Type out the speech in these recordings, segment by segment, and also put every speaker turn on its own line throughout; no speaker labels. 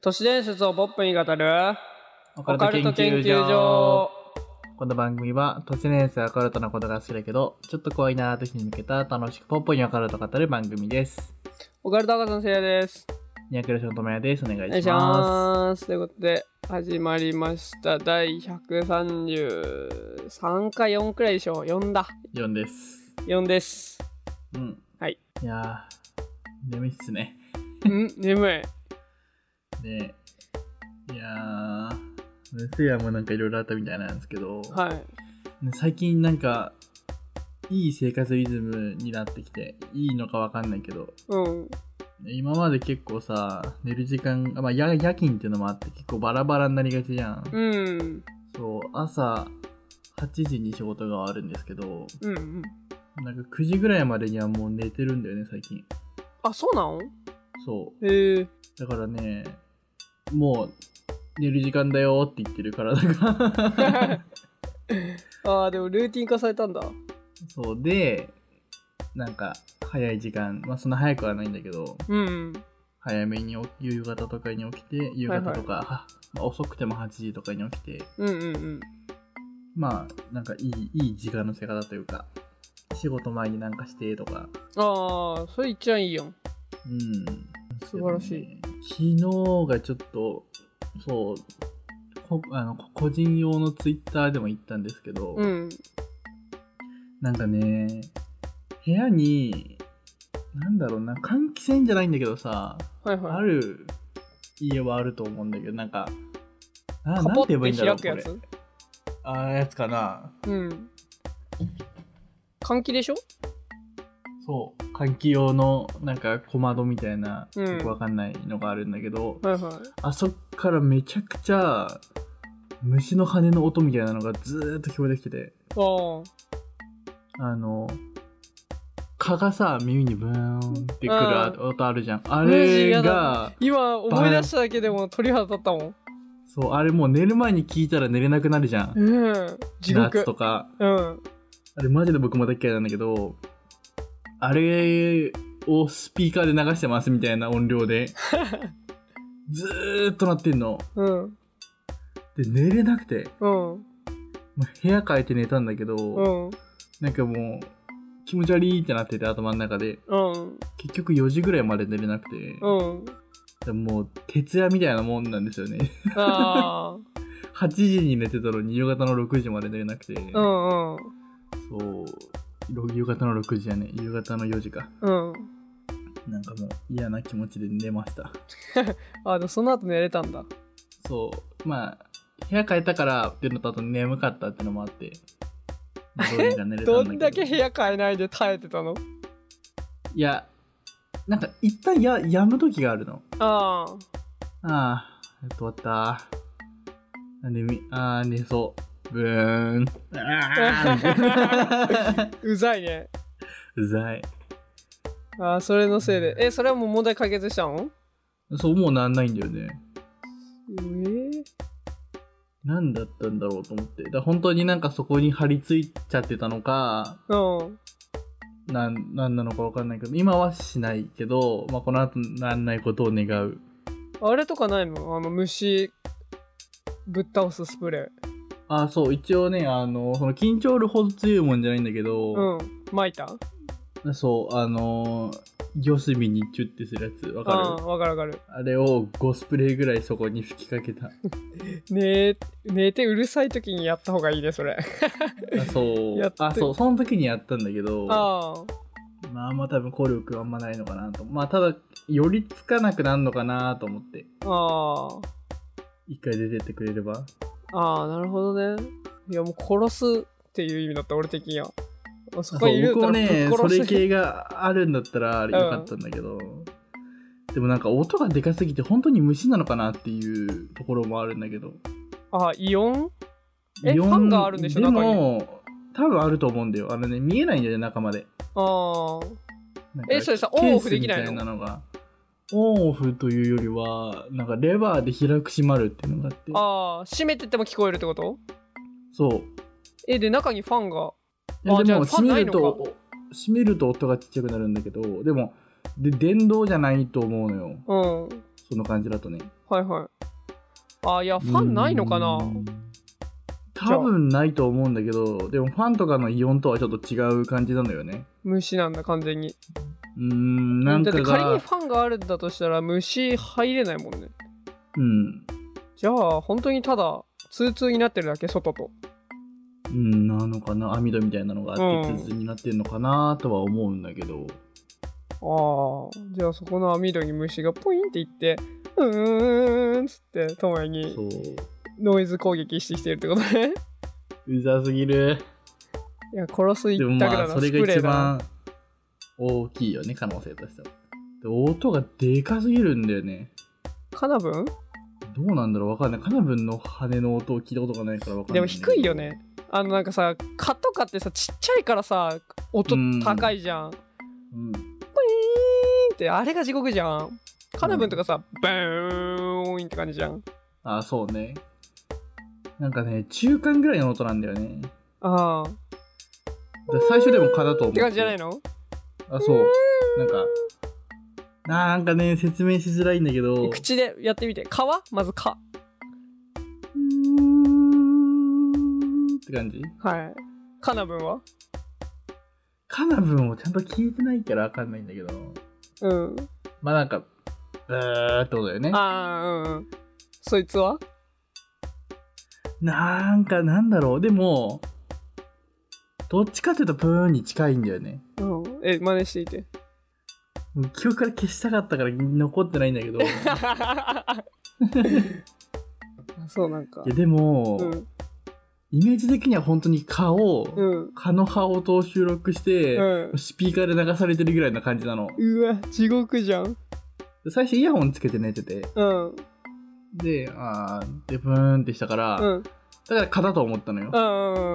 都市伝説をポップに語る
オ
オカルト研究所
この番組は都市伝説やオカルトのことが好きだけどちょっと怖いなーと人に向けた楽しくポップにオカルトを語る番組です
オカルト博士のせいやです
ニャクロションともやですお願
お
い
願い
し
し
ま
ますということで始まりました第133か4くらいでしょ4だ
す4です
4です
うん
はい
いやー眠いっすね
ん眠
でいやーせいやもなんかいろいろあったみたいなんですけど、
いはい
ね最近なんかいい生活リズムになってきていいのかわかんないけど
うん
今まで結構さ寝る時間が、まあ、夜夜勤っていうのもあって結構バラバラになりがちじゃん、
うん
そう朝8時に仕事が終わるんですけど
うんうん
なんか9時ぐらいまでにはもう寝てるんだよね最近
あそうなの
そ
へ え
うだからねもう寝る時間だよって言ってる体 が
あーでもルーティン化されたんだ
そうでなんか早い時間まあそんな早くはないんだけど
うん
早めに起き夕方とかに起きて夕方とか、はまあ遅くても8時とかに起きて
うんうんうん
まあなんかいいいい時間のせ方というか仕事前になんかしてとか
ああそれ一番いいやん
うん
素晴らしい
い昨日がちょっとそうこあのこ個人用のツイッターでも言ったんですけど、
うん
なんかね部屋になんだろうな換気扇じゃないんだけどさ
はいはい
ある家はあると思うんだけどなんかあ
カ
な
ポ
んて言えばい
っ
いん
て
だ
開
ろう
くや
これ
つ
ああやつかな
うん換気でしょ
そう換気用のなんか小窓みたいな、
うん
よくわかんないのがあるんだけど
はいはい
あそっからめちゃくちゃ虫の羽の音みたいなのがずーっと聞こえてきてて
あ
あの蚊がさ耳にブーンってくるあ
う
音あるじゃんあ
マジ
れ
嫌
が
今思い出しただけでも鳥肌立ったもん
そうあれもう寝る前に聞いたら寝れなくなるじゃん
うん地
夏と
獄
か
うん
あれマジで僕も大嫌いなんだけど、あれをスピーカーで流してますみたいな音 量で、ずーっと鳴ってんの。
うん
で、寝れなくて、
うん
もう部屋変えて寝たんだけど、
うん
なんかもう気持ち悪いってなってて頭の中で、
うん
結局4時ぐらいまで寝れなくて、
うん
でもう徹夜みたいなもんなんですよね。
ああ
8時に寝てたのに夕方の6時まで寝れなくて、
うんうん
そう、ろ夕方の6時やね、夕方の4時か。
うん
なんかもう嫌な気持ちで寝ました。
あでもその後寝れたんだ
そうまあ部屋変えたからっていうのとあと眠かったっていうのもあ ってどうにか寝れたんだけど
どんだけ部屋変えないで耐えてたの
いやなんか一旦ややむ時があるの
ああ
ああやっと終わったあ眠いあー寝そうブーンあーみたいな
うざいね
うざい
あーそれのせいでえそれはもう問題解決したの
そうもうなんないんだよね
えー、
何だったんだろうと思ってだから本当になんかそこに張り付いちゃってたのか
うん
なんなんなのかわかんないけど今はしないけど、まあ、この後なんないことを願う
あれとかないのあの虫ぶっ倒すスプレー
あそう一応ねあのその緊張るほど強いもんじゃないんだけど、
うん巻いた
そうあの四隅にチュッてするやつわ
あ
か
あわかるわかる
るあれを5スプレーぐらいそこに吹きかけた
寝寝てうるさい時にやった方がいいねそれ
あそう
やって
あそうその時にやったんだけど
ああ
まああんま多分効力あんまないのかなとまあただ寄りつかなくなるのかなと思って
あー
一回出てってくれれば
あーなるほどねいやもう殺すっていう意味だった俺的にはそこにいるんだ
僕も
った
ね
らぶっ
そ
殺す
れ系があるんだったらよかったんだけど、でもなんか音がでかすぎて本当に虫なのかなっていうところもあるんだけど
あーイオンえ
イオン
ファンがあるんでしょ
で
中
も多分あると思うんだよあのね見えないんだよね中まで
ああ
なんか
えそれさ
ケース
オンオフできないの
みたいなのがオンオフというよりはなんかレバーで開く閉まるっていうのがあって
ああ閉めてても聞こえるってこと
そう
えで中にファンが
いや
あ
で
じゃあ
も
ファ
閉
ン
め
ない
る
のか
と閉めると音がちっちゃくなるんだけどでもで電動じゃないと思うのよ
うん
その感じだとね
はいはい。あ、いや、ファンないのかな
うん多分ないと思うんだけどでもファンとかのイオンとはちょっと違う感じなのよね
虫なんだ、完全に。
うーんなんか
だって仮に
が
ファンがあるんだとしたら、虫入れないもんね。
うん
じゃあ、本当にただ、通通になってるだけ、外と。
うんなのかな網戸みたいなのがあって
うん
筒になってるのかなとは思うんだけど、
ああ、じゃあそこの網戸に虫がポインっていって、うーんっつって、トモヤに
そう
ノイズ攻撃してきてるってこと ね。
うざすぎる
いや、殺す一
でも
択だ
まあ
な、
それ
ス
が
プレ
一
ーだな。
番大きいよね可能性としてはで音がでかすぎるんだよね
カナブン
どうなんだろうわかんないカナブンの羽の音を聞いたことがないからわかんな
で
い
も
んだけど
低いよね。あのなんかさ、蚊とかってさ、ちっちゃいからさ、音
うん
高いじゃん。ピ
うん
ーンって、あれが地獄じゃん。カナブンとかさ、バーンって感じじゃん。
あそうねなんかね中間ぐらいの音なんだよね
ああ。っ
で最初でも蚊だと思う
て感じじゃないの
あそうなんかなんかね説明しづらいんだけど
口でやってみて。蚊はまず蚊。
うーんって感じ
はい。カナブンは
カナブンをちゃんと聞いてないからわかんないんだけど
うん。
まあなんかブーってことだよね
ああ、うんうん。そいつは
なんかなんだろうでもどっちかっていうとブーンに近いんだよね
うん。え、真似していて。
もう記憶から消したかったから残ってないん だけどいや
あそうなんか。
でも、
うん。
イメージ的には本当に蚊を、
うん。
蚊の葉音を収録して、
うん。
スピーカーで流されてるぐらいな感じなの
うわ、地獄じゃん。
最初イヤホンつけて寝てて
うん。うん。
であーでブーンってしたから、
うん。
だから蚊だと思ったのよ、
う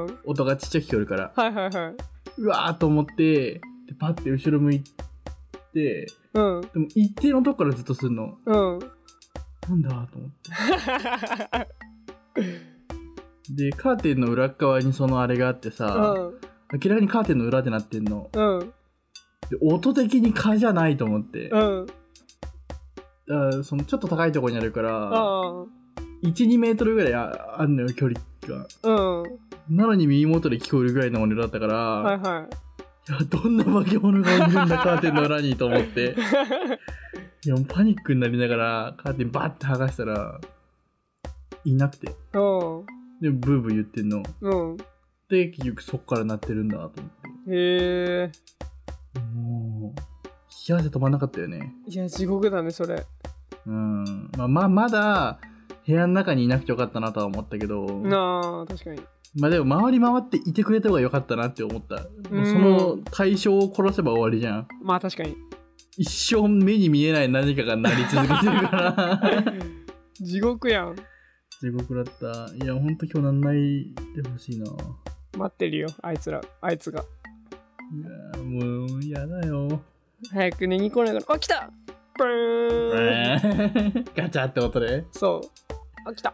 ん。
音がちっちゃく聞こえるから
はいはいはい。
うわーと思ってでパッて後ろ向いて
うん。
でも一定のとこからずっとするの
うん。
なんだと思ってでカーテンの裏っ側にそのあれがあって
う
さ、
ん。
明らかにカーテンの裏でなってんの
うん。
で音的に蚊じゃないと思って、
うん。
だからそのちょっと高いところにあるから
あ
12メートルぐらいああんのよ距離が
あ。うん。はい
なのに耳元で聞こえるぐらいの音量だったから、
はい
やどんな化け物がいるんだカーテンの裏にと 思っていやもうパニックになりながらカーテンバッて剥がしたらいなくて。
うん
でブーブー言ってんの
うん。
で結局そっから鳴ってるんだと思って
へえ。
もう冷や汗止まんなかったよね
いや、地獄だね、それ。
うんまあまあまだ部屋の中にいなくてよかったなとは思ったけど
なあ、確かに。
まあでも回り回っていてくれた方がよかったなって思ったもうその対象を殺せば終わりじゃん
まあ、確 かに。
一生目に見えない何かがなり続けてるから
地獄やん。
地獄だったいやほんと今日なんないでほしいない
待ってるよ、あいつら。あいつが。
やーもうやだよ
早く寝に来ないから。あ、来たブーン
ガチャって音で
そう。あ、来た。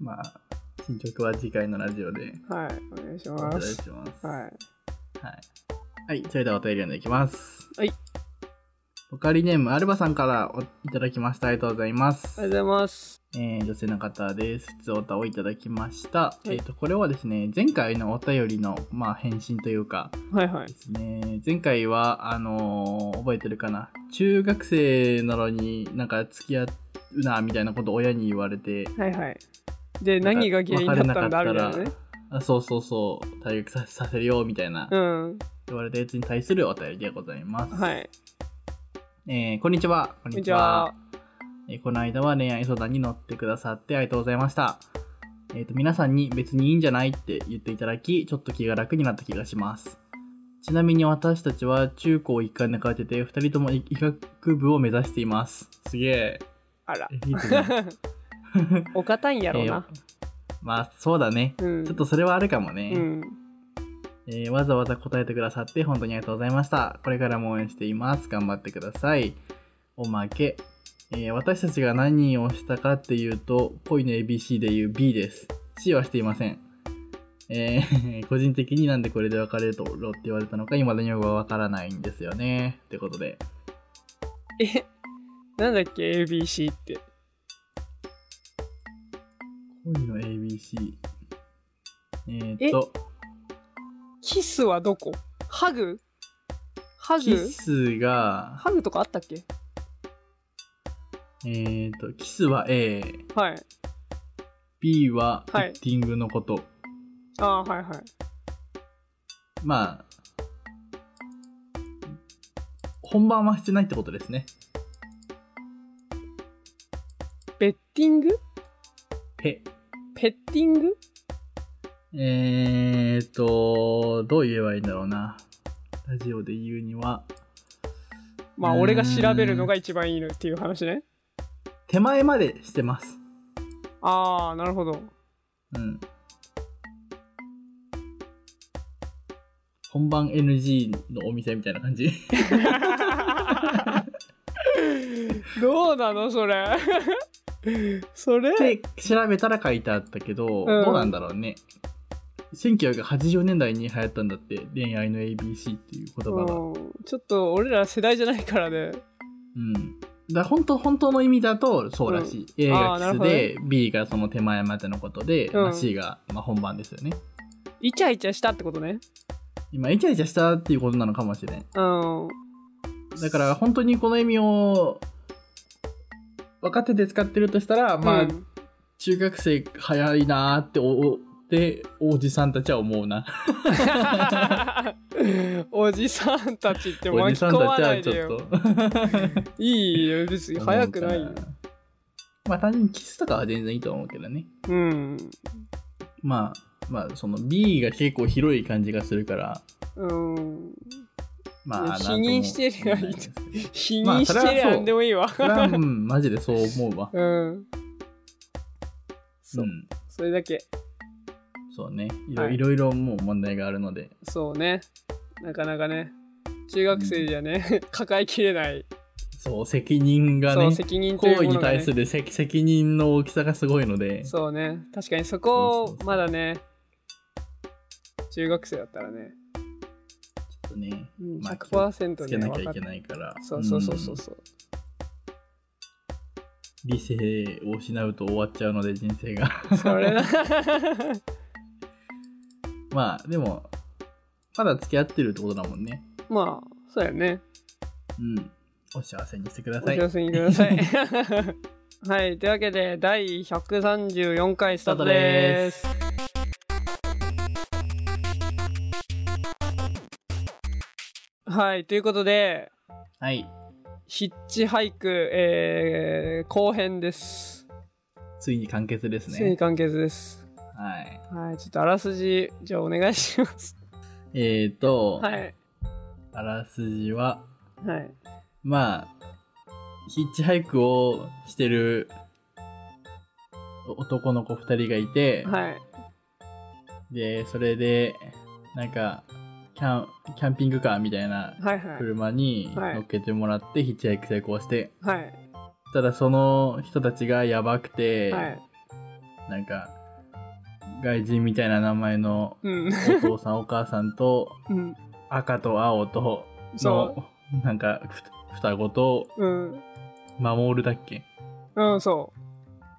まあ進捗は次回のラジオで
はい、お願いし
お伝
ま
え
す。
します
はい。
はい。はい、それではお便り読んでいきます。
はい。
ポカリネームアルバさんからおいただきました。ありがとうございます
あ。りがとうございます。
えー女性の方です。普通おたをいただきました。
い
えっ、と、これはですね、前回のお便りの、まあ、返信というか
はいはい
で。すね、前回は、あのー覚えてるかな。中学生なのになんか付き合うな、みたいなことを親に言われて、
はいはい。で、何が原因だったんだ
わか
み
ら
たい
なかっ
な
たら
ね。
あそうそうそう、退学ささせるよ、みたいな、
うん。
言われたやつに対するお便りでございます。
はい。
えーこんにちは。こん
こんにちは。
えーこの間は恋愛相談に乗ってくださってありがとうございました。えっ、と、皆さんに別にいいんじゃないって言っていただき、ちょっと気が楽になった気がします。ちなみに私たちは中高一貫で通ってて、二人とも医医学部を目指しています。すげえ。
あら
エ。リートだ
お堅いんやろうな。
えー まあ、そうだね。
うん。
ちょっとそれはあるかもね、
うん。
えーわざわざ答えてくださって本当にありがとうございました。これからも応援しています。頑張ってください。おまけ。えー私たちが何をしたかっていうと、恋の ABC でいう B です。C はしていません。えー 個人的になんでこれで別れるとろうって言われたのか、未だによくわからないんですよね。ってことで。
え、なんだっけ ABC って
恋の ABC。えー、っと、
キスはどこハグハ
キ
グ
スが、
ハグとかあったっけ
えー、っと、キスは A、
はい。
B はフ
はい
ィッティングのこと。
ああー、はいはい。
まあ、本番はしてないってことですね。
ベッティング
ペ。
ペッティング
えー、っと、どう言えばいいんだろうな。ラジオで言うには、
まあ、
うーん
俺が調べるのが一番いいのっていう話ね。
手前までしてます。
ああ、なる ほど。
うん。本番 NG のお店みたいな感 じ。
どうなのそ れ。それ
で、調べたら書いてあったけど、
うん
どうなんだろうね。1980年代に流行ったんだって、恋愛の ABC っていう言葉が。うん。
うんちょっと俺ら世代じゃないからね。
だから本当本当の意味だとそうらしい、A
あー
が
な
キ
る
ス
ほど
で、B がその手前までのことで、
うん
まあ C がまあ本番ですよね
イチャイチャしたってことね。
今イチャイチャしたっていうことなのかもしれ
う
ん
ん。
だから本当にこの意味を分かってて使ってるとしたら、ま
う
あ
ん
中学生早いなーっておっておじさんたちは思うな
おじさんたちって
お
巻
じ
き
さん
込
た
ま
ち
な
はいち
で
ょ
よ。
っと
いいよ、別に早くないよ。
まあ単純にキスとかは全然いいと思うけどね
うん。
まあまあその B が結構広い感じがするから
うん。
ま
い
あ
や
なんとも
否認してりゃいいと
言えないですけど
否
ま
認
あそれ
し
は
てりゃ
そう
なんでもいいわ。
それはうんマジでそう思うわ
うん。そうう、
ん
それだけ。
そうねいろ,、
はい
い、ろいろもう問題があるので
そうね。なかなかね。中学生じゃね、抱えきれない、
そう責任が
そう
ね
責任と
行
いう
為
もの
に
が、ね、
対する責責任の大きさがすごいので
そうね確かにそこ
そう
を
そうそう
まだね中学生だったらね、
ちょっとね
うん、
まあ
100%
つ
ね
けなき
分か
ゃ
っ
いけないから
そうそうそうそううんそう
理性を失うと終わっちゃうので人生が
それな
まあでもまだ付き合ってるってことだもんね
まあそうやね
うんお幸せにしてくだ
お
さい
幸せにください はいというわけで第134回スタートですはいということで
はい
ヒッチハイク、えー後編です。
ついに完結です
ついに
ね
完結です。
はい
はい、ちょっとあらすじ、じゃあお願いします。
えーと、
はい。
あらすじは
はい。
まあヒッチハイクをしてる男の子2人がいて、
はい。
でそれでなんかキャンキャンピングカーみたいな
はいはい。
車に
はい
乗っけてもらってヒッチハイク成功して
はい。
ただその人たちがやばくて、
はい。
なんか外人みたいな名前の
うん。
お父さんお母さんと
うん。
赤と青と
そ
のなんかふ双子と
う。うん。
守るだっけ
うん、そ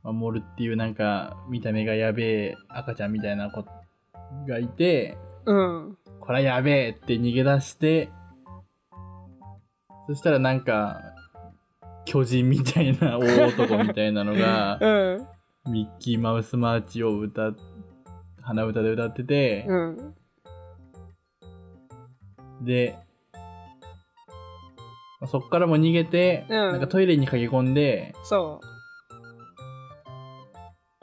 守るっていうなんか見た目がやべえ赤ちゃんみたいな子がいて
う。うん。
これやべえって逃げ出してそしたらなんか巨人みたいな大男みたいなのが
うん。
ミッキーマウスマーチを歌っ鼻歌で歌ってて、
うん。
でまあそっからも逃げて、
うん
なんかトイレに駆け込んで
そ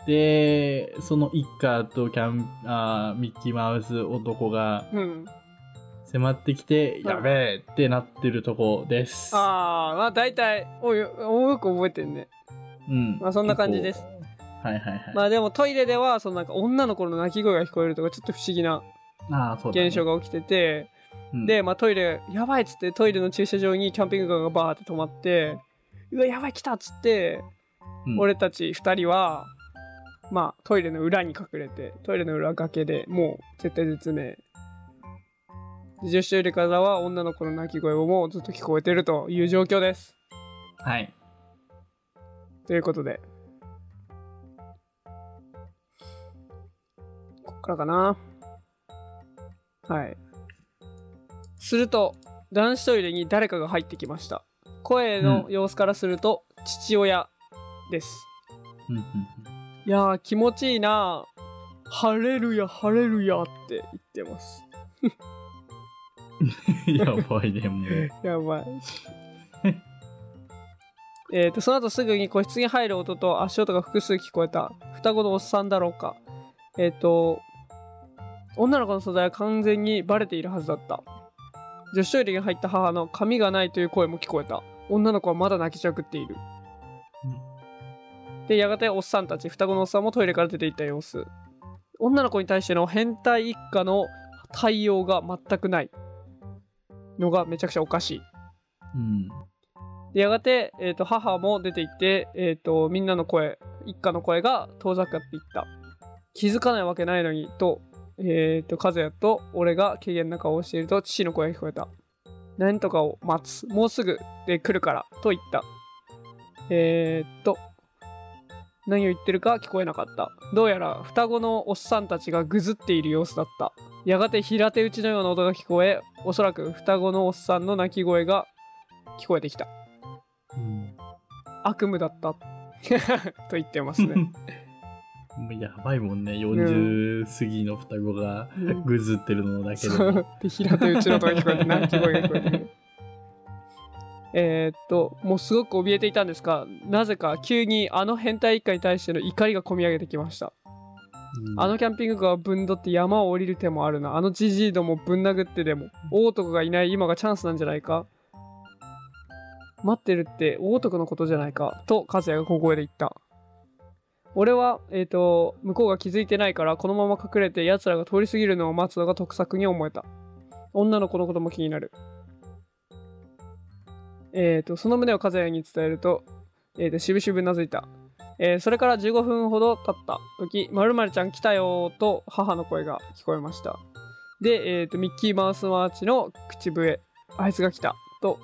でその一家とキャンあーミッキーマウス男が
う。うん。
迫ってきて、
うん
やべえってなってるとこです。
ああ、まあ大体、およ、およく覚えてんね。
うん
まあそんな感じです。
はいはいはい。
まあでもトイレでは、そのなんか女の子の泣き声が聞こえるとか、ちょっと不思議な
ああ、そうだね
現象が起きてて、
うん
で、まあ、トイレやばいっつってトイレの駐車場にキャンピングカーがバーって止まってうわやばい来たっつって、
うん
俺たち2人は、まあ、トイレの裏に隠れてトイレの裏崖でもう絶対絶命で女子トイレからは女の子の泣き声をもうずっと聞こえてるという状況です
はい。
ということで、こっからかな。はい。すると、男子トイレに誰かが入ってきました。声の様子からすると、父親です。
うんうん
いやー、気持ちいいなー。晴れるや、晴れるやって言ってます。
うん、 やばいね、もう。
やばい。 えーとその後すぐに個室に入る音と足音が複数聞こえた双子のおっさんだろうかえっ、と女の子の素材は完全にバレているはずだった女子トイレに入った母の髪がないという声も聞こえた女の子はまだ泣きじゃくっている、でやがておっさんたち双子のおっさんもトイレから出ていった様子女の子に対しての変態一家の対応が全くないのがめちゃくちゃおかしい
うん。
でやがて、えー、と母も出て行って、えー、とみんなの声一家の声が遠ざかっていった気づかないわけないのにと,、えー、と和也と俺が軽減な顔をしていると父の声が聞こえた何とかを待つもうすぐで来るからと言ったえー、っと何を言ってるか聞こえなかったどうやら双子のおっさんたちがぐずっている様子だったやがて平手打ちのような音が聞こえおそらく双子のおっさんの泣き声が聞こえてきた
うん
悪夢だった と言ってますね。
もう やばいもんね、40過ぎの双子がぐずってるのだけで
そ
も。
うで平手打ちの音が聞こえて泣き声が聞こえてくるえーっともうすごく怯えていたんですがなぜか急にあの変態一家に対しての怒りがこみ上げてきました
うん
あのキャンピングカーをぶんどって山を降りる手もあるなあのじじいどもぶん殴ってでも大徳がいない今がチャンスなんじゃないか待ってるって大徳のことじゃないかと和也が小声で言った俺は、えー、と向こうが気づいてないからこのまま隠れて奴らが通り過ぎるのを待つのが得策に思えた女の子のことも気になるえー、とその旨を和也に伝えると,、えー、としぶしぶうなずいたえーそれから15分ほど経った時「まるまるちゃん来たよ」と母の声が聞こえましたで、えーとミッキーマウスマーチの口笛「あいつが来た」と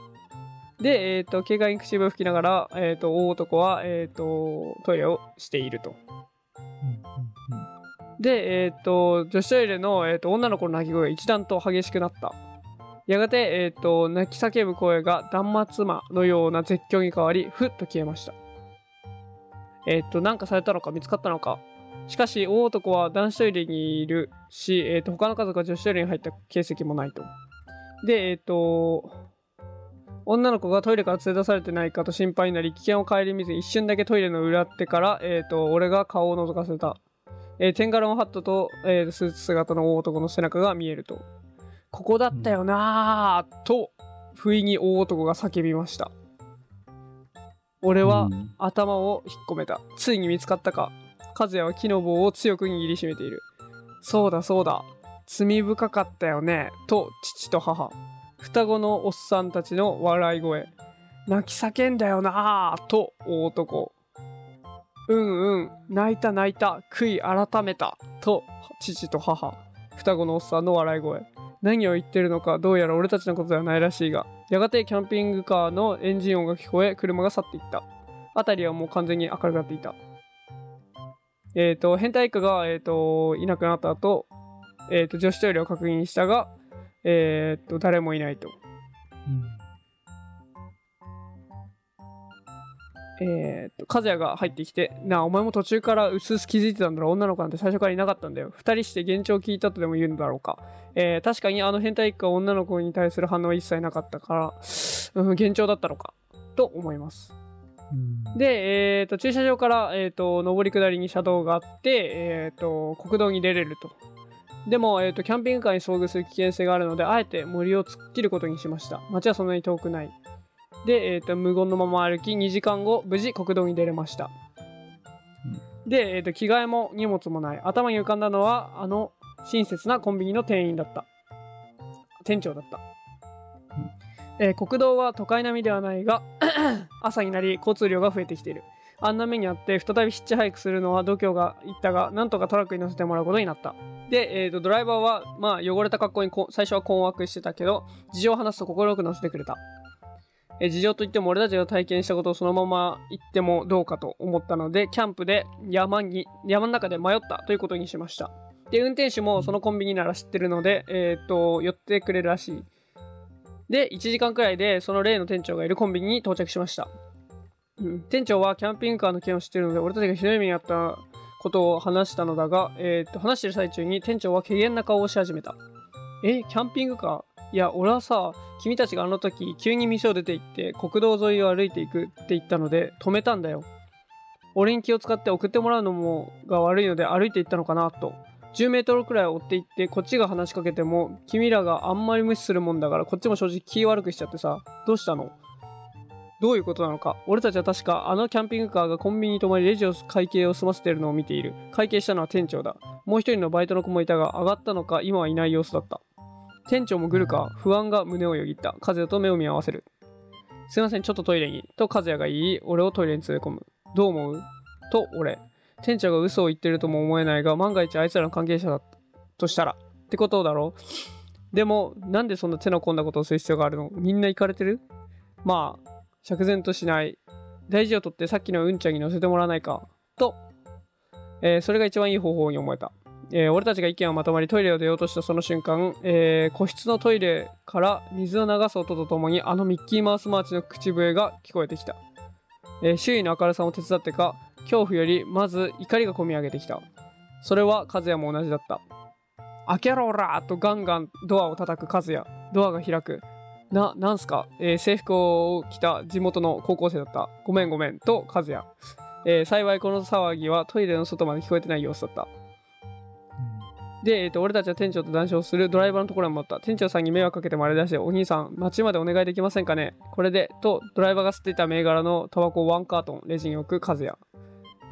で、えー、と警戒に口笛を吹きながら、えー、と大男は、えー、とトイレをしているとで、えー、と女子トイレの、えー、と女の子の泣き声が一段と激しくなったやがて、えー、と泣き叫ぶ声が断末魔のような絶叫に変わりふっと消えましたえー、となんかされたのか見つかったのかしかし大男は男子トイレにいるし、えー、と他の家族は女子トイレに入った形跡もないとでえっ、と女の子がトイレから連れ出されてないかと心配になり危険を顧みず一瞬だけトイレの裏手から、えー、と俺が顔を覗かせたえーテンガロンハットと、えースーツ姿の大男の背中が見えるとここだったよなーと不意に大男が叫びました俺は
うん
頭を引っ込めたついに見つかったか和也は木の棒を強く握りしめているそうだそうだ罪深かったよねと父と母双子のおっさんたちの笑い声泣き叫んだよなあと大男うんうん泣いた泣いた悔い改めたと父と母双子のおっさんの笑い声何を言ってるのかどうやら俺たちのことではないらしいがやがてキャンピングカーのエンジン音が聞こえ車が去っていった辺りはもう完全に明るくなっていたえっ、と変態一家が、えー、といなくなった後、えー、と女子トイレを確認したがえっ、と誰もいないとえー、っと、和也が入ってきて、なあ、お前も途中からうすうす気づいてたんだろ女の子なんて最初からいなかったんだよ。二人して現状を聞いたとでも言うのだろうか。えー確かにあの変態一家は女の子に対する反応は一切なかったから、うん、幻聴だったのか、と思います。で、えー、と駐車場から、えー、と上り下りに車道があって、えー、と国道に出れるとでも、えー、とキャンピングカーに遭遇する危険性があるのであえて森を突っ切ることにしました街はそんなに遠くないで、えー、と無言のまま歩き2時間後無事国道に出れました、で、えー、と着替えも荷物もない頭に浮かんだのはあの親切なコンビニの店員だった店長だった、えー国道は都会並みではないが朝になり交通量が増えてきているあんな目にあって再びヒッチハイクするのは度胸がいったがなんとかトラックに乗せてもらうことになったで、えー、とドライバーは、まあ、汚れた格好にこ最初は困惑してたけど事情を話すと快く乗せてくれた、えー事情といっても俺たちが体験したことをそのまま言ってもどうかと思ったのでキャンプで山に山の中で迷ったということにしましたで運転手もそのコンビニなら知ってるので、えーっと寄ってくれるらしいで1時間くらいでその例の店長がいるコンビニに到着しました、うん、店長はキャンピングカーの件を知ってるので俺たちがひどい目にあったことを話したのだが、えーっと話してる最中に店長は軽減な顔をし始めたえキャンピングカーいや俺はさ君たちがあの時急に店を出て行って国道沿いを歩いていくって言ったので止めたんだよ俺に気を使って送ってもらうのもが悪いので歩いて行ったのかなと10メートルくらい追って行ってこっちが話しかけても君らがあんまり無視するもんだからこっちも正直気悪くしちゃってさどうしたのどういうことなのか俺たちは確かあのキャンピングカーがコンビニに泊まりレジを会計を済ませているのを見ている会計したのは店長だもう一人のバイトの子もいたが上がったのか今はいない様子だった店長もグルか不安が胸をよぎった和也と目を見合わせるすいませんちょっとトイレにと和也が言い俺をトイレに連れ込むどう思うと俺店長が嘘を言ってるとも思えないが万が一あいつらの関係者だとしたらってことだろでもなんでそんな手の込んだことをする必要があるのみんな行かれてるまあ釈然としない大事を取ってさっきのうんちゃんに乗せてもらわないかと、えーそれが一番いい方法に思えたえー俺たちが意見をまとまりトイレを出ようとしたその瞬間、えー個室のトイレから水を流す音とともにあのミッキーマウスマーチの口笛が聞こえてきた、えー周囲の明るさも手伝ってか恐怖よりまず怒りがこみ上げてきたそれは和也も同じだった開けろおらーとガンガンドアを叩く和也ドアが開くな、なんすか、えー制服を着た地元の高校生だったごめんごめんと和也、えー幸いこの騒ぎはトイレの外まで聞こえてない様子だったで、えっと俺たちは店長と談笑するドライバーのところに戻った店長さんに迷惑かけてもあれだしお兄さん町までお願いできませんかねこれでとドライバーが吸っていた銘柄のタバコをワンカートンレジに置く和也、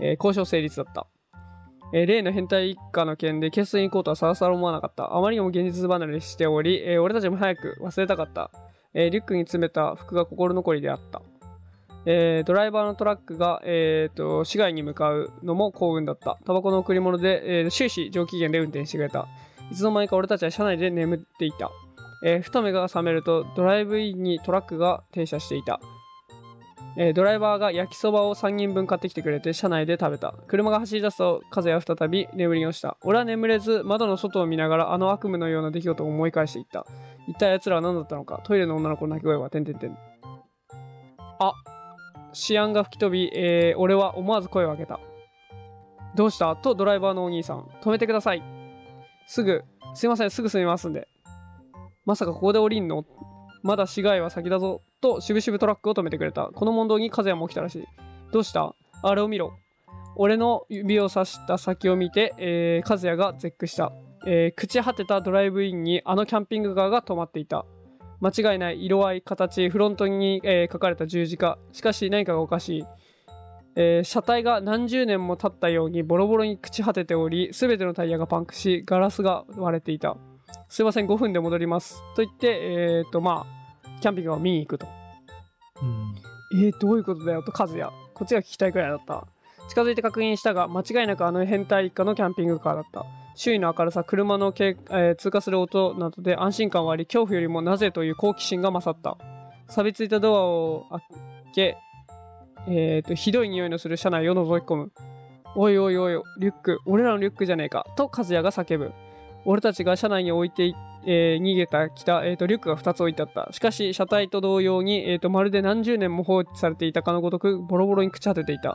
えー交渉成立だった、えー例の変態一家の件で決戦に行こうとはさらさら思わなかったあまりにも現実離れしており、えー俺たちも早く忘れたかった、えーリュックに詰めた服が心残りであったえードライバーのトラックが、えーと市外に向かうのも幸運だったタバコの贈り物で、えー終始上機嫌で運転してくれたいつの間にか俺たちは車内で眠っていた、えーふと目が覚めるとドライブインにトラックが停車していた、えードライバーが焼きそばを3人分買ってきてくれて車内で食べた車が走り出すと風は再び眠りに落ちた俺は眠れず窓の外を見ながらあの悪夢のような出来事を思い返していった一体奴らは何だったのかトイレの女の子の泣き声は点々点あシアンが吹き飛び、えー俺は思わず声を上げた。どうしたとドライバーのお兄さん、止めてください。すぐ、すいません、すぐ済みますんで。まさかここで降りんのまだ市街は先だぞ。と、しぶしぶトラックを止めてくれた。この問答に風邪も起きたらしい。どうしたあれを見ろ。俺の指を指した先を見て、えー、和也が絶句した、えー朽ち果てたドライブインにあのキャンピングカーが止まっていた。間違いない色合い形フロントに、えー書かれた十字架しかし何かがおかしい、えー車体が何十年も経ったようにボロボロに朽ち果てており全てのタイヤがパンクしガラスが割れていたすいません5分で戻りますと言ってえっとまあキャンピングカーを見に行くと
うん
えー、どういうことだよと和也こっちが聞きたいくらいだった近づいて確認したが間違いなくあの変態一家のキャンピングカーだった周囲の明るさ車のけ、えー通過する音などで安心感はあり恐怖よりもなぜという好奇心が勝った錆びついたドアを開け、えー、とひどい匂いのする車内を覗き込むおいおいおいリュック俺らのリュックじゃねえかと和也が叫ぶ俺たちが車内に置いていえー逃げたきた、えーとリュックが2つ置いてあったしかし車体と同様に、えーとまるで何十年も放置されていたかのごとくボロボロに朽ち果てていた、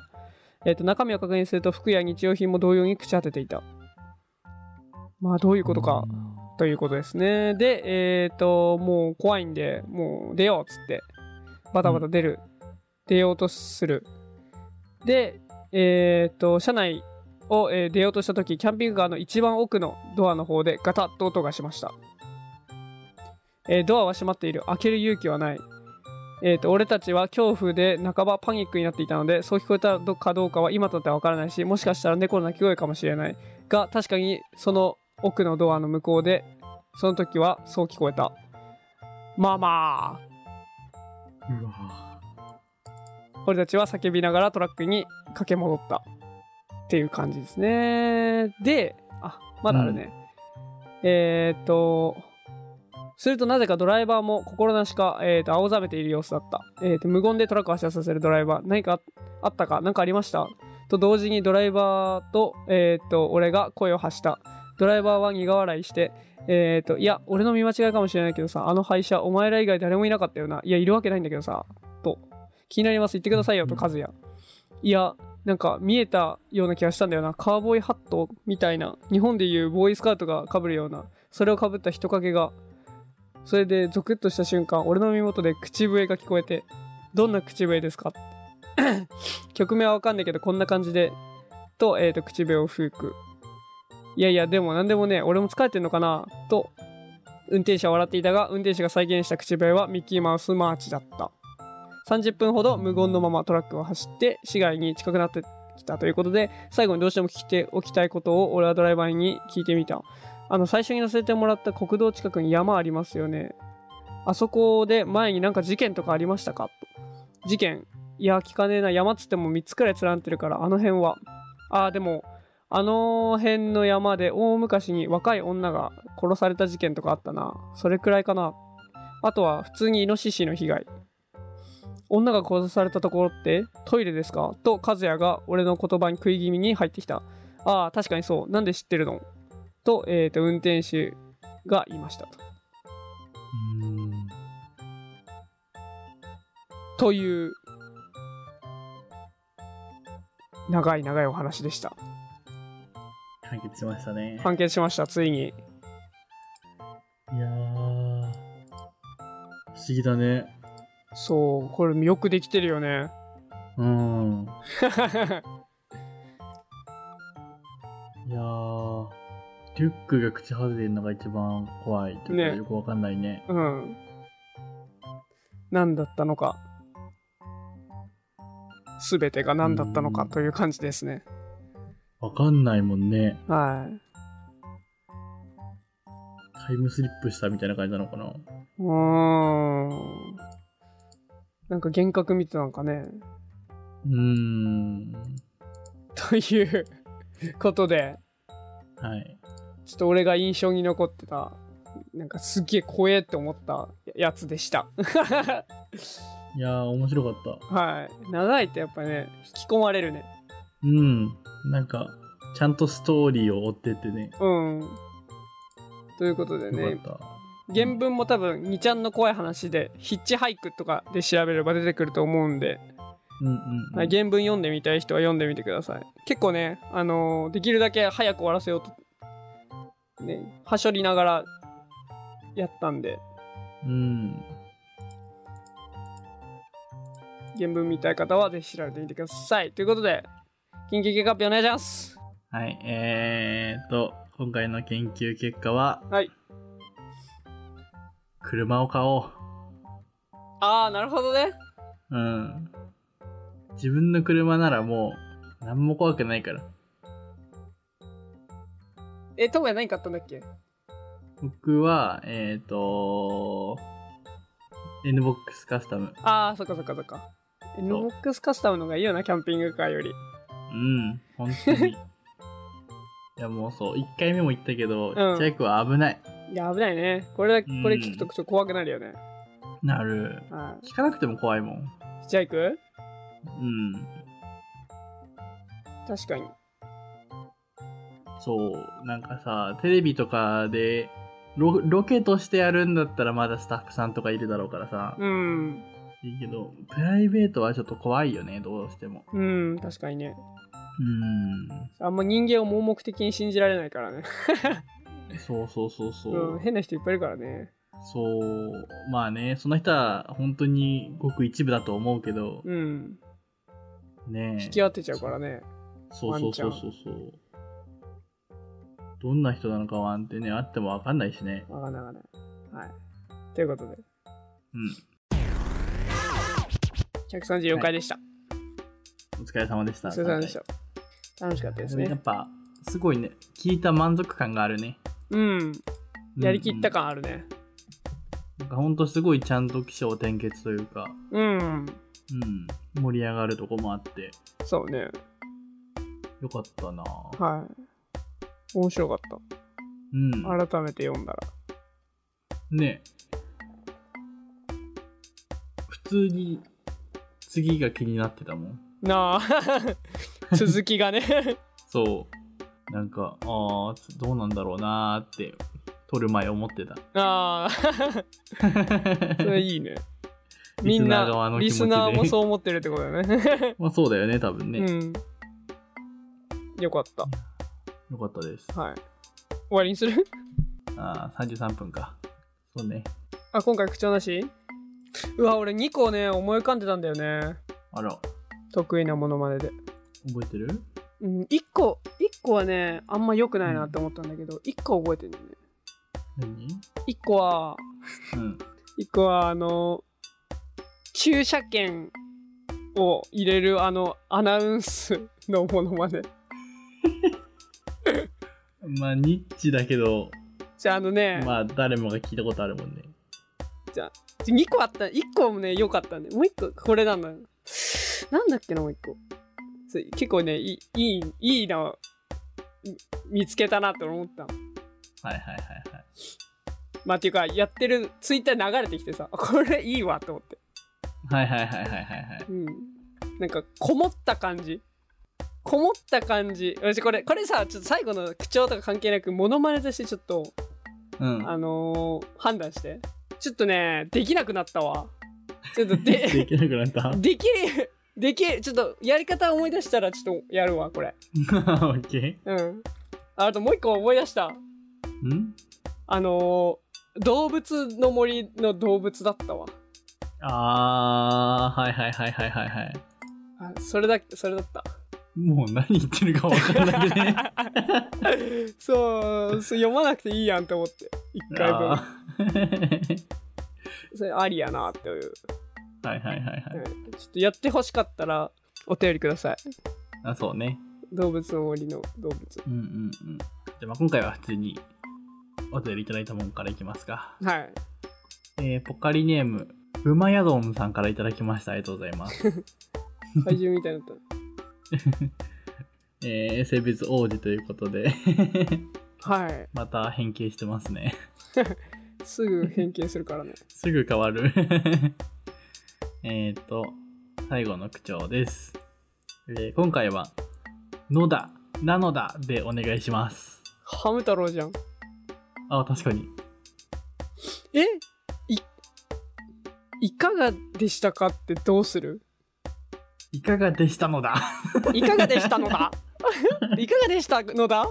えーと中身を確認すると服や日用品も同様に朽ち果てていたまあどういうことか、ということですねでえっ、ともう怖いんでもう出ようっつってバタバタ出る、出ようとするでえっ、と車内を、えー出ようとした時キャンピングカーの一番奥のドアの方でガタッと音がしましたえードアは閉まっている開ける勇気はないえーと俺たちは恐怖で半ばパニックになっていたのでそう聞こえたかどうかは今となっては分からないしもしかしたら猫の鳴き声かもしれないが確かにその奥のドアの向こうでその時はそう聞こえたママ
うわ
ー俺たちは叫びながらトラックに駆け戻ったっていう感じですねであまだあるね、えーっとするとなぜかドライバーも心なしか、えー、と青ざめている様子だった、えー、と無言でトラックを走らさせるドライバー何かああったか何かありましたと同時にドライバーと,、えー、と俺が声を発したドライバーは苦笑いしてえー、といや俺の見間違いかもしれないけどさあの廃車お前ら以外誰もいなかったよないやいるわけないんだけどさと気になります言ってくださいよと
うん
和也いやなんか見えたような気がしたんだよなカーボーイハットみたいな日本でいうボーイスカートがかぶるようなそれをかぶった人影がそれでゾクッとした瞬間俺の耳元で口笛が聞こえてどんな口笛ですか曲名はわかんないけどこんな感じでと,、えー、と口笛を吹くいやいやでも何でもね俺も疲れてんのかなと運転手は笑っていたが運転手が再現した口笛はミッキーマウスマーチだった30分ほど無言のままトラックを走って市街に近くなってきたということで最後にどうしても聞いておきたいことを俺はドライバーに聞いてみたあの最初に乗せてもらった国道近くに山ありますよねあそこで前になんか事件とかありましたかと事件いや聞かねえな山っつっても3つくらい連なってるからあの辺はあーでもあの辺の山で大昔に若い女が殺された事件とかあったなそれくらいかなあとは普通にイノシシの被害女が殺されたところってトイレですかと和也が俺の言葉に食い気味に入ってきたああ確かにそうなんで知ってるのと,、えー、と運転手が言いましたと
うん
という長い長いお話でした
解決しましたね。
判決しましたついに
いやー、不思議だね。
そうこれよくできてるよね
うん。いやー、リュックが口外れるのが一番怖いというか、
ね
よくわかんないね。
うん。何だったのか。すべてが何だったのかという感じですね。
わかんないもんね。
はい。
タイムスリップしたみたいな感じなのかな。
うーん。なんか幻覚見てたのかね。
うーん。
という ことで、
はい。
ちょっと俺が印象に残ってた、なんかすっげえ怖えって思ったやつでした。
いやー、面白かった。
はい。長いとやっぱね、引き込まれるね。
うん。なんか、ちゃんとストーリーを追ってってね。
うん。ということでね、
よかった。
原文も多分2ちゃんの怖い話でヒッチハイクとかで調べれば出てくると思うんで、
うんうん、うん。
はい原文読んでみたい人は読んでみてください結構ね、あのーできるだけ早く終わらせようとねはしょりながらやったんで
うん。
原文見たい方はぜひ調べてみてくださいということで緊急結果発表お願いします
はい、えーっと、今回の研究結果は、
はい
車を買おう。
ああなるほどね
うん。自分の車ならもう、何も怖くないから。
えトムヤ何買ったんだっけ
僕は、えーっと、NBOX カスタム。
ああそっかそっかそっか NBOX カスタムの方がいいよなキャンピングカーより
うん、本当 に。いやもうそう、1回目も言ったけど、ちっちゃい子は危ない。
いや危ないねこれだこれ聞くとちょっと怖くなるよね、
なる。
はい
聞かなくても怖いもん。
ヒッチハイク
うん。
確かに。
そう、なんかさ、テレビとかでロロケとしてやるんだったらまだスタッフさんとかいるだろうからさ、
うん。
いいけど、プライベートはちょっと怖いよね、どうしても。
うん、確かにね。
う
あんま人間を盲目的に信じられないからね。
ーん、そうそうそうそうう。
ん、変な人いっぱいいるからね。
そう、まあね、その人は本当にごく一部だと思うけど、
うん。
ね
引き当てちゃうからね。
そうそうそうそうそう。どんな人なのかはんってね、あってもわかんないしね。
わかんないわかんない。はい。ということで、
うん。
134回でした。
お疲れ様でした。
お疲れ様でした。楽しかったです
や
ね
っ。ぱ、すごいね、聞いた満足感があるね。
うん。やりきった
か
感あるね。
なんかほんとすごいちゃんと起承転結というか、
うん。
うん、盛り上がるとこもあって、
そうね。
よかったなぁ
はい。面白かっ
うん。
た。改めて読んだら。
ね普通に次が気になってたもん
なあ 続きがね
そうなんかああどうなんだろうなーって撮る前思ってた
ああそれ いいねみん
リスナー側
な
の気
リ
持ちで
スナーもそう思ってるってことだよね
まあそうだよね多分ね、
うんよかった
よかったです
はい終わりにする
ああ33分かそうね
あ今回口調なしうわ俺2個ね思い浮かんでたんだよね
あら
得意なものまねで
覚えてる
うん、1個一個はねあんま良くないなって思ったんだけど、一1個覚えてんだよね
何
1個は
うん
1個はあの駐車券を入れるあのアナウンスのものまで
まあニッチだけど
じゃああのね、
まあ誰もが聞いたことあるもんね
2個あった1個もね良かったねもう1個これなんだよなんだっけなもう1個それ結構ねいいいいいいな見つけたなって思った
はいはいはいはい
まあっていうかやってるツイッター流れてきてさこれいいわと思って
はいはいはいはいはいはい
うん、なんかこもった感じこもった感じ私これこれさちょっと最後の口調とか関係なくモノマネとしてちょっと
うん
あのー判断してちょっとねできなくなったわちょっと
で
で
きなくなった
できるできるちょっとやり方思い出したらちょっとやるわこれ
オッケ
うんあともう一個思い出した
ーん
あのー動物の森の動物だったわ
あーはいはいはいはいはいはい
あそれだそれだった
もう何言ってるか分かんなく ね
そうそう読まなくていいやんと思って一回分
あー
それありやなっていう、
はいはいはいはい
うんちょっとやってほしかったらお便りください
あそうね
動物の森の動物
うんうんうんじゃあまあ今回は普通にお便りいただいたもんからいきますか
はい
えー、ポカリネームうまやどんさんからいただきましたありがとうございます
怪獣みたいになっ
えー、性別王子ということで
たはい
また変形してますね
すぐ変形するからね
すぐ変わる えっと最後の口調です、えー今回は「のだなのだ」でお願いします
ハム太郎じゃん
あ確かに
えいいかがでしたかってどうする
いかがでしたのだ
いかがでしたのだいかがでしたのだ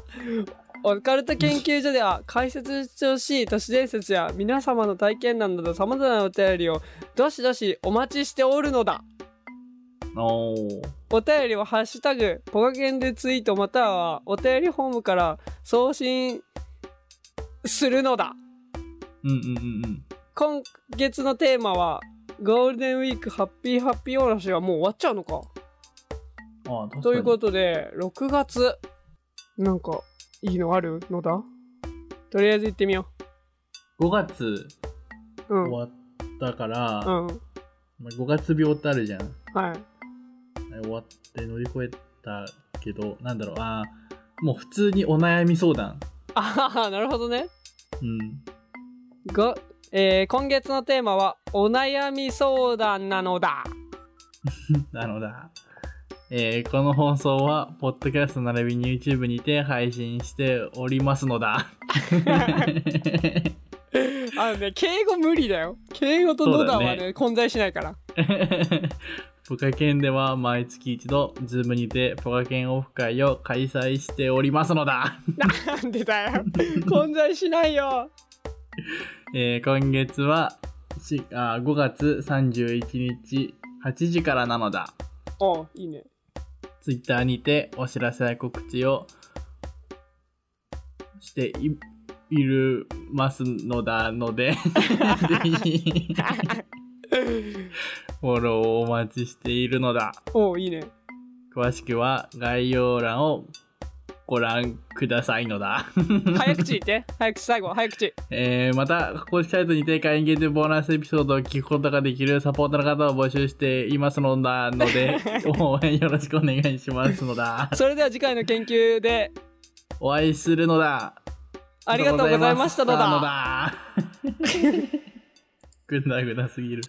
オカルト研究所では解説してほしい都市伝説や皆様の体験談など様々なお便りをどしどしお待ちしておるのだ
おー
お便りはハッシュタグポカゲンでツイートまたはお便りフォームから送信するのだ
うんうんうんうん
今月のテーマはゴールデンウィークハッピーハッピーおろしはもう終わっちゃうのか
あー確かに
ということで6月なんかいいのあるのだとりあえず行ってみよ
5月
ううん
終
う
わったから、
ん
まあ、5月病ってあるじゃん
はい
終わって乗り越えたけどなんだろうあーもう普通にお悩み相談
ああなるほどね
うん
が、えー今月のテーマはお悩み相談なのだ
なのだ。えーこの放送は、ポッドキャスト並びに YouTube にて配信しておりますのだ。
あのね敬語無理だよ敬語とのだは
そう
ね
だ
混在しない から
ポカケンでは毎月一度、Zoom にてポカケンオフ会を開催しておりますのだ。
なんでだよ混在しないよ
えー今月はしあー5月31日8時からなのだ。
おういいね
Twitter にてお知らせや告知をしていいるますのだのでぜひフォローをお待ちしているのだ
おういいね
詳しくは概要欄をご覧くださいのだ、
早口言って早口最後早口
えーまた公式サイトにて会員限定ボーナスエピソードを聞くことができるサポーターの方を募集していますのだので応援よろしくお願いしますの だ
それでは次回の研究で
お会いするのだ
ありがとうございましたのだ
のだ ぐだぐだすぎる。